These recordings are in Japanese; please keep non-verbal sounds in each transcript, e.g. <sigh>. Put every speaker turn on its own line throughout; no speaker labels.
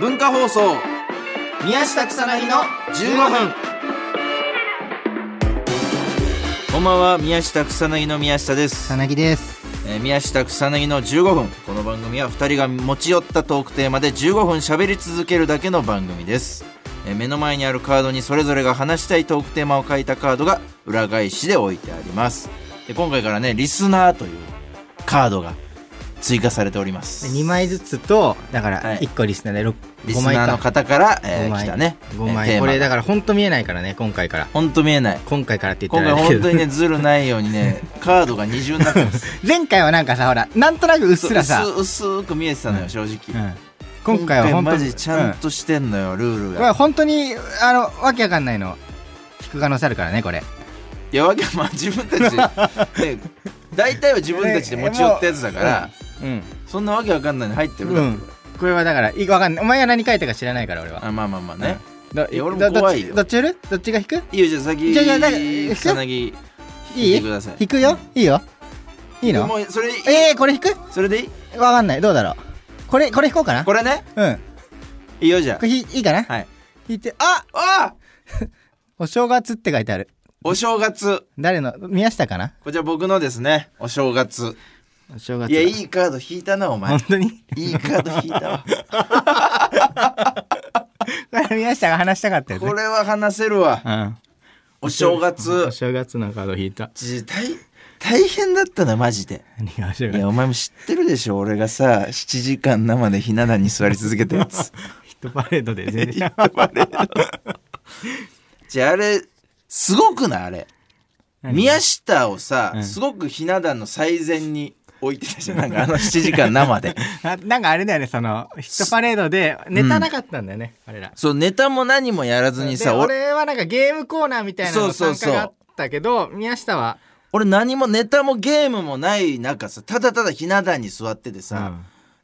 文化放送宮下草薙の15分こんばんは宮下草薙の宮下です
さ、なぎです。
えー宮下草薙の15分この番組は2人が持ち寄ったトークテーマで15分喋り続けるだけの番組です、えー目の前にあるカードにそれぞれが話したいトークテーマを書いたカードが裏返しで置いてありますで今回からねリスナーというカードが追加されております
2枚ずつと、だか
は
ら
い
1個リスナーで6
リス
5枚
ナーの
か。
方から、え
5
ー
枚
来たね
5
えー
枚。
テー
こ
マ
れだから本当見えないからね、今回から。
ほんと見えない
今回からって
今
言った
回
らあれだ
本当
け
に
ど。
ねずるないように
<laughs>
ねカードが二重になってます
前回はなんかさ、ほら、なんとな <laughs> くうっすらさ、
薄薄く見えてたのよ正直、
うん今回は本当
マ
に
ジちゃん
う
としてんのよ、ルール
これ
が
は本当に、あの、わけわかんないの。引く可能性あるからね、これ。
いやわけまあ自分たち
<laughs>
で、ね、大体は自分たちで持ち寄ったやつだから、
うん。
そんなわけわかんないの入ってる、
うん。これはだから、いいわかんない。お前が何書いたか知らないから、俺は。
あまあまあまあね、
だ
いや俺も
だどっち
怖いよ
どっちやるどっちが引く
いいよじゃあ先
じゃあじゃあだから
草薙
い
引いて
い
ください
引くよいいよいいの
もうそれいい
えー、これ引く
それでいい
わかんないどうだろうこれこれ引こうかな
これね
うん
いいよじゃ
これひいいかな、
あはい
引いてあ
あ
お正月って書いてある
お正月
誰の宮下かな
こちら僕のですねお正月
お正月
いや
い
いいカード引いたなお前
本当に <laughs>
いいカード引いたわ
これ宮下が話したかったよね
これは話せるわ
うん
お正月
お正月のカード引いた
ち大大変だったなマジで
何がお正
い
月
やお前も知ってるでしょ俺がさ7時間生でひな壇に座り続けたやつ
ヒットパレードで
<laughs>
全然
じゃああれすごくないあれ宮下をさ、
うん
すごくひな壇の最善に置いてたじゃんなんかあの7時間生で
あ <laughs> なんかあれだよねそのヒットパレードでネタなかったんだよね、我ら
そうネタも何もやらずに
で
さ俺
俺はなんかゲームコーナーみたいなの
そうそう
参
そう
加があったけど宮下は
俺何もネタもゲームもない中さただただひな壇に座っててさ、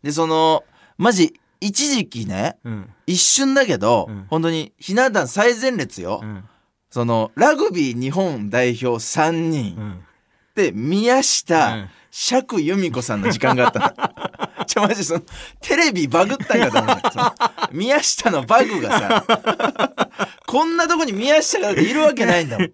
でそのマジ一時期ね
うんうん
一瞬だけど、
うん
本当にひな壇最前列よ、
うん
そのラグビー日本代表3人、
うん
で宮下、
うん
釈由美子さんの時間があった
<laughs>
のちょマジそのテレビバグったんかと思ったその宮下のバグがさこんなとこに宮下がいるわけないんだもん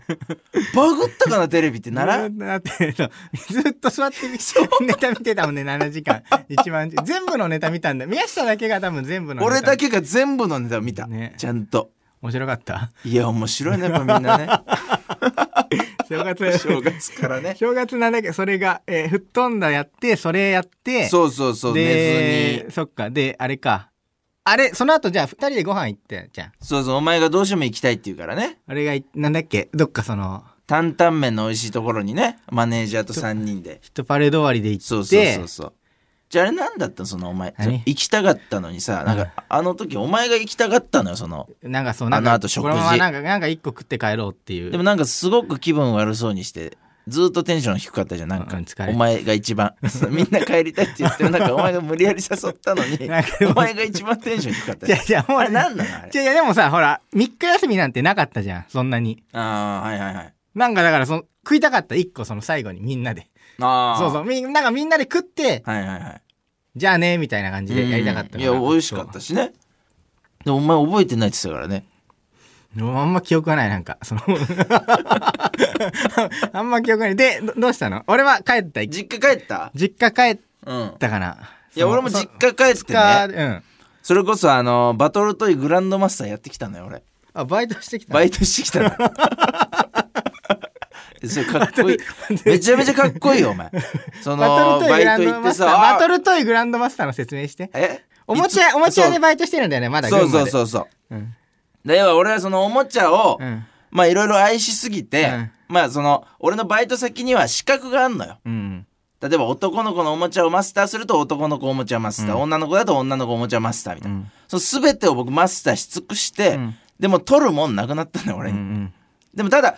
バグったかなテレビってならん
だってそうずっと座ってみネタ見てたもんね7
<laughs>
時間一番全部のネタ見たんだ宮下だけが多分全部のネタ
俺だけが全部のネタを見た、
ね
ちゃんと
面白
<laughs>
かった
いや面白いねやっぱみんなね
<laughs> 正月
正月からね
正月なんだっけそれが、えー吹っ飛んだやってそれやって
そうそうそう寝ず
で
に
そっかであれかあれその後じゃあ2人でご飯行ってじゃん
そうそうお前がどうしても行きたいって言うからね
あれがいなんだっけどっかその
担々麺の美味しいところにねマネージャーと3人で
ヒットパレード終わりで行って
そうそうそうそうじゃああれ何だったのそのお前
何
行きたかったのにさなんかあの時お前が行きたかったのよその
なんかそうなんか
あの後食事
このままなんかなんか1個食って帰ろうっていう
でもなんかすごく気分悪そうにしてずっとテンション低かったじゃんなんか
うん疲れ
お前が一
<laughs>
番みんな帰りたいって言ってもなんかお前が無理やり誘ったのに
なんか <laughs> でも
お前が一番テンション低かった
い
じゃ
や
ん
いやもう
あれ何なのあれ
じゃいやでもさほら3日休みなんてなかったじゃんそんなに
ああはいはいはい
なんかだからその食いたかった1個その最後にみんなで
ああ
そうそうみなんかみんなで食って
はいはいはい
じゃあねみたいな感じでやりたかった
うん
の
い
ら
や美味しかったしねでもお前覚えてないって言ってたからね
そうあんま記憶がないなんかその <laughs> あんま記憶がないでどどうしたの俺は帰ったい
実家帰った
実家帰っ
うん
たかない
や俺も実家帰って
家
ね
うん
それこそあのバトルトイグランドマスターやってきたのよ俺
あバイトしてきた
バイトしてきたの <laughs> それかっこいいめちゃめちゃかっこいいよお前 <laughs> その
バトルトイ
バ
グ
イ
ラ
ト
ン
行
ド
って
マスタ
さ
ーバト
ル
ルトイグランドマスターの説明して
え
おもちゃ
いつ
おもちゃ屋でバイトしてるんだよねまだ
そうそう
群馬で
そうそう
うん
では俺はそのおもちゃを、
うん
まあいろいろ愛しすぎて、
うん
まあその俺のバイト先には資格があんのよ
うん
例えば男の子のおもちゃをマスターすると男の子おもちゃマスター、女の子だと女の子おもちゃマスターみたいな、その全てを僕マスターし尽くして、
ん
でも取るもんなくなったんだよ俺
う
に、
ん
でもただ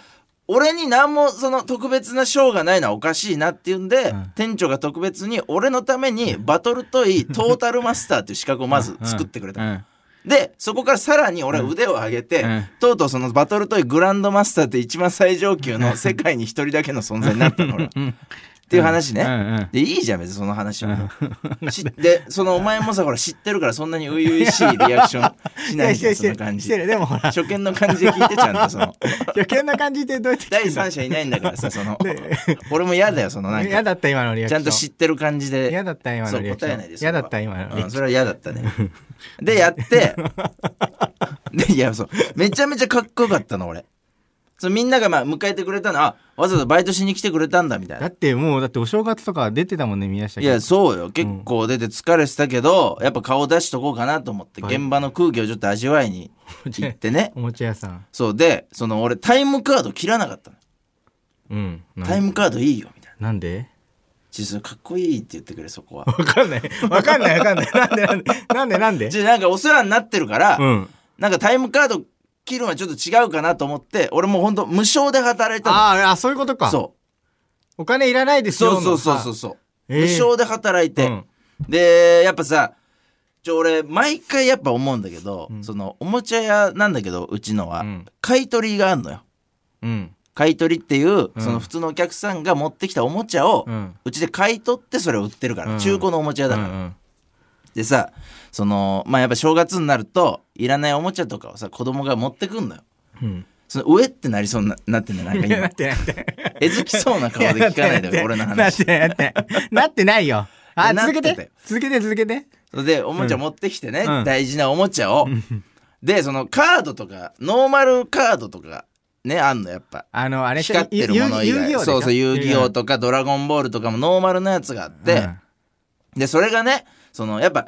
俺に何もその特別な賞がないのはおかしいなっていうんで、
ん
店長が特別に俺のためにバトルトイトータルマスターっていう資格をまず作ってくれた、
うん
でそこからさらに俺は腕を上げて、
うん
とうとうそのバトルトイグランドマスターって一番最上級の世界に一人だけの存在になったの俺はっていう話ね。
うんうん
で、いいじゃん、別にその話は。知って、そのお前もさ、ほら知ってるからそんなに初々しいリアクションし
い
な
や
い
し
じゃ
て
ん、
る
その感
し
じ
て。るでも
<laughs>
ほら
初見の感じで聞いてちゃんとその、
余計な感じってどうやって聞くの
第三者いないんだからさ、そ
<laughs>
の、俺も嫌だよ、そのなん
嫌
か、
だった今のリア
ち
クショ
ゃ
ン
んと知ってる感じで。
嫌だった今
そ
の
う
リアクション
答えないです
嫌だった今のリアクショ
う
ン
ん、それは嫌だったねでやってでいやそうめちゃめちゃかっこよかったの俺そうみんながまあ迎えてくれたのあわざわざバイトしに来てくれたんだみたい
だ
な
ってもうだってお正月とか出てたもんね宮下
いやそうよ結構出て疲れてたけど、やっぱ顔出しとこうかなと思って、
はい
現場の空気をちょっと味わい
<laughs>
に行ってね
おもちゃ屋さん
そうでその俺タイムカード切らなかったの
うんな
タイムカードいいよみたいな
なんで
実はかっこいいって言ってくれそこは
<laughs> わかんないわかんないわかんないなんでなんでなんでなんで
じゃあなんかお世話になってるから、
うん
なんかタイムカード切るのはちょっと違うかなと思って、俺もうほんと無償で働いた
あーあそういうこと
の。
か
そ。
お金いらないうですよ
そうそうそうそううそう。
えー
無償で働いて。
ん
で、やっぱさ、ちょ、俺、毎回やっぱ思うんだけど、その、おもちゃ屋なんだけど、うちのは、
うん
買い取りがあんのよ。
うん
買い取りっていう、
うん
その普通のお客さんが持ってきたおもちゃを、う
うん
ちで買い取ってそれを売ってるから、
うん
中古のおもちゃ屋だから、
うん
でさそのまあやっぱ正月になるといらないおもちゃとかをさ子供が持ってくんのよ
<laughs> うん
その上ってなりそうにななってんだよなんか
いや
今
なってないなってない
えずきそうな顔で聞かないでよ、俺の話。
なってないなってないなってな
<laughs>
いよあ
なっ
続
て
け
たよ
て続けて続けて
それで、おもちゃ持ってきてね、
うん
大事なおもちゃを。で、そのカードとか、ノーマルカードとか、ね、あんの、やっぱ。
あのあれ
光ってるもの以
遊遊戯
外。
王でしょ
そうそう、遊戯王
っ
とか、ドラゴンボールとかもノーマルのやつがあって、で、それがね、その、やっぱ、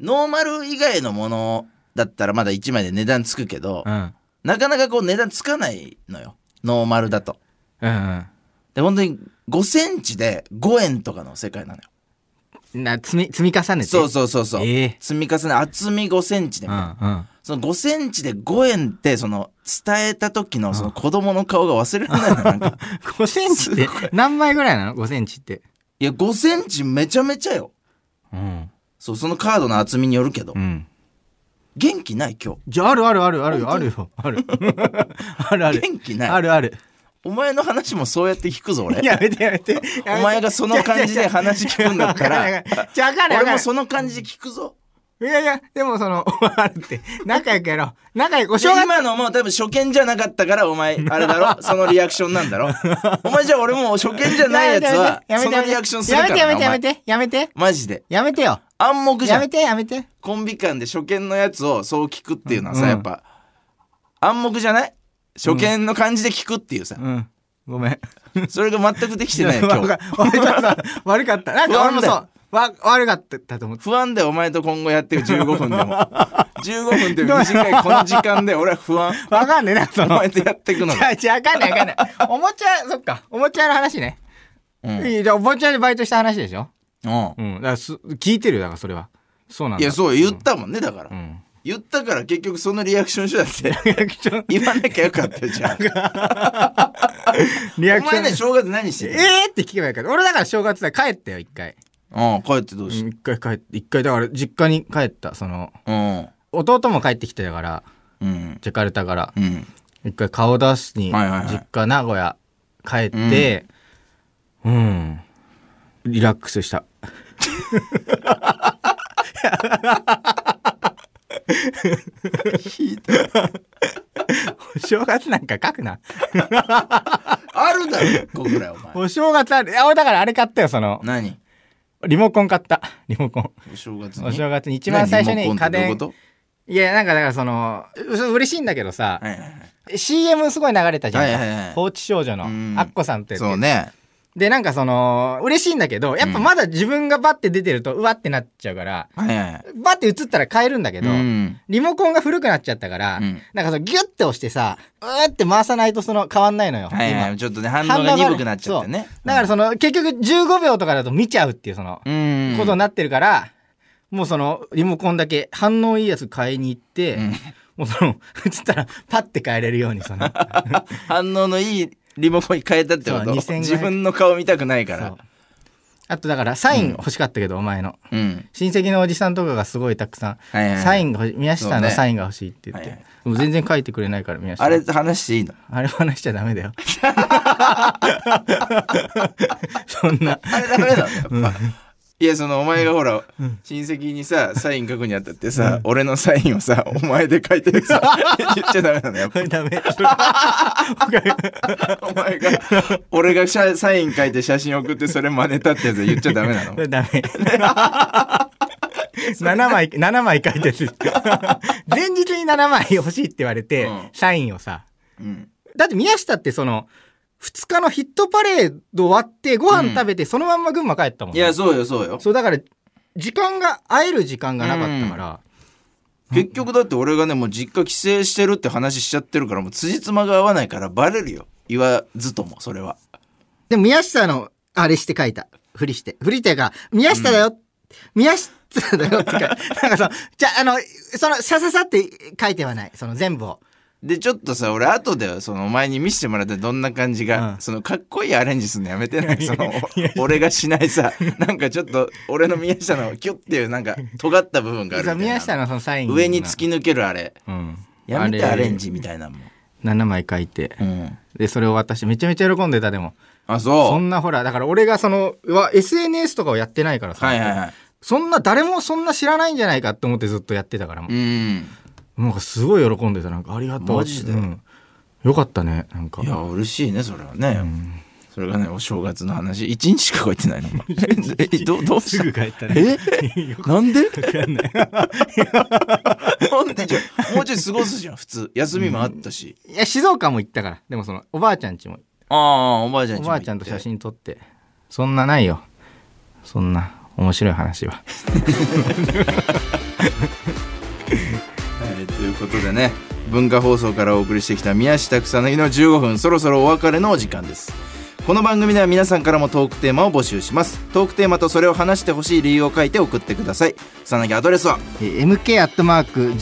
ノーマル以外のものだったらまだ1枚で値段つくけど
う、ん
なかなかこう値段つかないのよ。ノーマルだと。
うん
で、本当に5センチで5円とかの世界なのよ。
うんな積み積み重ねて
そうそうそうそう。
ええ
積み重ね厚み5センチで、
うんうん
その5センチで5円ってその伝えた時のその子供の顔が忘れられないのなん
<laughs>
か
5センチって何枚ぐらいなの5センチって。
いや5センチめちゃめちゃよ
うん。
そうそのカードの厚みによるけど、
うん。
元気ない今
じゃあ、あるあるあるあるよ、あるよ、ある。あるあ
日
る。
元気
あ
ない
るある。
お前の話もそうやって聞くぞ俺
やめてやめて。
お前がその感じで話聞くんだった
<laughs>
ら
じゃあ、わかんな
俺
いわかん
も
ない
その感じで聞くぞ
いやいや、でもその、 <laughs> あるって、仲良くやろう。仲良く、お
で
正月。
今のもう多分初見じゃなかったからお前あれだ
<laughs>
ろそのリアクションなんだろお前じゃあ俺もう初見じゃないやつは
やめ
そ
て
の
やめて
リアクションするからな
やめて
お
やめ
前
てやめてやめて。
マジで
やめてよ。
暗黙じ
や
ゃ
め
ん
てやめて。
コンビ間で初見のやつをそう聞くっていうのはさ、
うん
やっぱ暗黙じゃない初見の感じで聞くっていうさ、
うん。ごめん。
それが全くでき
<laughs>
てないよ今日
わか俺ちょっと悪かった。なんか俺もそう。わ悪かったと思って。
不安でお前と今後やってる15分で
<laughs>
も15分という短いこの時間で俺は不安
<laughs> わかんねえな、そ
お
の。 <laughs>
前とやっていくの
じ
が
ゃあ、じゃあ、わかんないわかんない。 <laughs> おもちゃ、そっか。おもちゃの話ね。
うん
いいじゃあ、おもちゃでバイトした話でしょ
う
うん。だからす、聞いてるよ、だからそれは。そうなん
ん
だ。
いやそう言ったもんねだから、
うん。 <laughs>
言ったから結局そのリアクション手段って
リアクション、
言わなきゃよかったじゃん
リア
お
クショ
前
ン。
ね正月何して
え
るの
ーって聞けばよかった。俺だから正月だ帰ったよ、一回。
うん帰ってどう
う
し
ん一回帰って、一回だから実家に帰った。その、
たうん
弟も帰ってきてたから、
うん
ジャカルタから。
うん
一回顔出しに、
はいはいはい
実家名古屋帰って、うん、リラックスした。お正月なんか書くな。
あるだろ1個ぐらいお前
<laughs> お正月ある。いや、俺だからあれ買ったよ、その、
何
リモコン買った。リモコン。
お正月に
お正月に一番最初に家電。
何リモ
い
コンってどういうこ
や、なんかだからその、うそう嬉しいんだけどさ
と、はいはいはい
CM すごい流れたじゃん。
はいはいはい
放置少女の
うん
アッコさんとやって
そうね
で、なんかその、嬉しいんだけど、やっぱまだ自分がバッて出てると、うわってなっちゃうから、
はいはいはい
バッて映ったら変えるんだけど、
うん
リモコンが古くなっちゃったから、
うん
なんかそのギュッて押してさ、うーって回さないとその変わんないのよ。
はいはい
今
ちょっとね反応が鈍くなっちゃってね
だからその結局15秒とかだと見ちゃうっていうその、
うん
ことになってるから、もうそのリモコンだけ反応いいやつ買いに行って、
ん
もうその、映ったらパッて変えれるように
<laughs>
その、
反応のいいリモコンに変えたってこと
そう2500
自分の顔見たくないから
そうあとだからサイン欲しかったけど、お前の
うん。
親戚のおじさんとかがすごいたくさん
はいはいはい
サインが欲しい宮下
そう
の
ね
サインが欲しいって言って、
はいはい
でも全然書いてくれないから宮下
あれ話してい
<laughs>
いの
あれ話しちゃダメだ
<laughs>
よそんな
あれダメなんだやっぱ。いやそのお前がほら、親戚にさサイン書くにあたってさ、俺のサインをさお前で書いてる
<laughs>
さ言っちゃダメなのよ
ダメ
お前が俺がシャサイン書いて写真送ってそれ真似たってやつは言っちゃダメ
<laughs>
なの
ダ
<laughs>
メ7枚7枚書いてる前日に7枚欲しいって言われて、
うん
サインをさ
うん
だって宮下ってその2日のヒットパレード終わってご飯食べてそのまんま群馬帰ったもん
い
ね、
やそうよそうよ
そうだから時間が会える時間がなかったから、
結局だって俺がねもう実家帰省してるって話しちゃってるからもう辻褄が合わないからバレるよ言わずともそれは
でも宮下のあれして書いたふりしてふりっていうか宮下だよ、宮下だよって書いなんかそのじゃああのそのさささって書いてはないその全部を
でちょっとさ俺後でそのお前に見せてもらってどんな感じが、
うん
そのかっこいいアレンジするのやめてないそのお俺がしないさなんかちょっと俺の宮下のキュッっていうなんか尖った部分があるみ
そ
た
う
いな
宮下のそのサイン
上に突き抜けるあれ
うん
やめて
あれ
アレンジみたいなのも
7枚書いて
うん
でそれを渡してめちゃめちゃ喜んでたでも
あ
そ
そうん
なほらだから俺がそのうわ SNS とかをやってないからさ、
はいはいはい
そんな誰もそんな知らないんじゃないかって思ってずっとやってたからも
うん
うなんかすごい喜んでたなんかありがとう
マジで
うんよかったねなんか
いや嬉しいねそれはね、それがねお正月の話一日しか書いて
<laughs>
ないのえどどうした
帰った
えなんで
かんない
なんでじゃんもうちょい過ごすじゃん普通休みもあったし、
いや静岡も行ったからでもそのおばあちゃんちも
ああおばあちゃん
お
ちも
ば
行
あ
って
ちゃんと写真撮ってそんなないよそんな面白い話は
はい、ということでね文化放送からお送りしてきた宮下草薙の15分そろそろお別れのお時間ですこの番組では皆さんからもトークテーマを募集しますトークテーマとそれを話してほしい理由を書いて送ってください草薙アドレスは
mk.joqr.net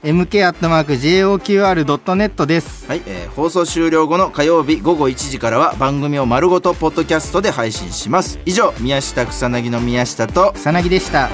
mk.joqr.net です
はい、えー放送終了後の火曜日午後1時からは番組を丸ごとポッドキャストで配信します以上宮下草薙の宮下と
草薙でした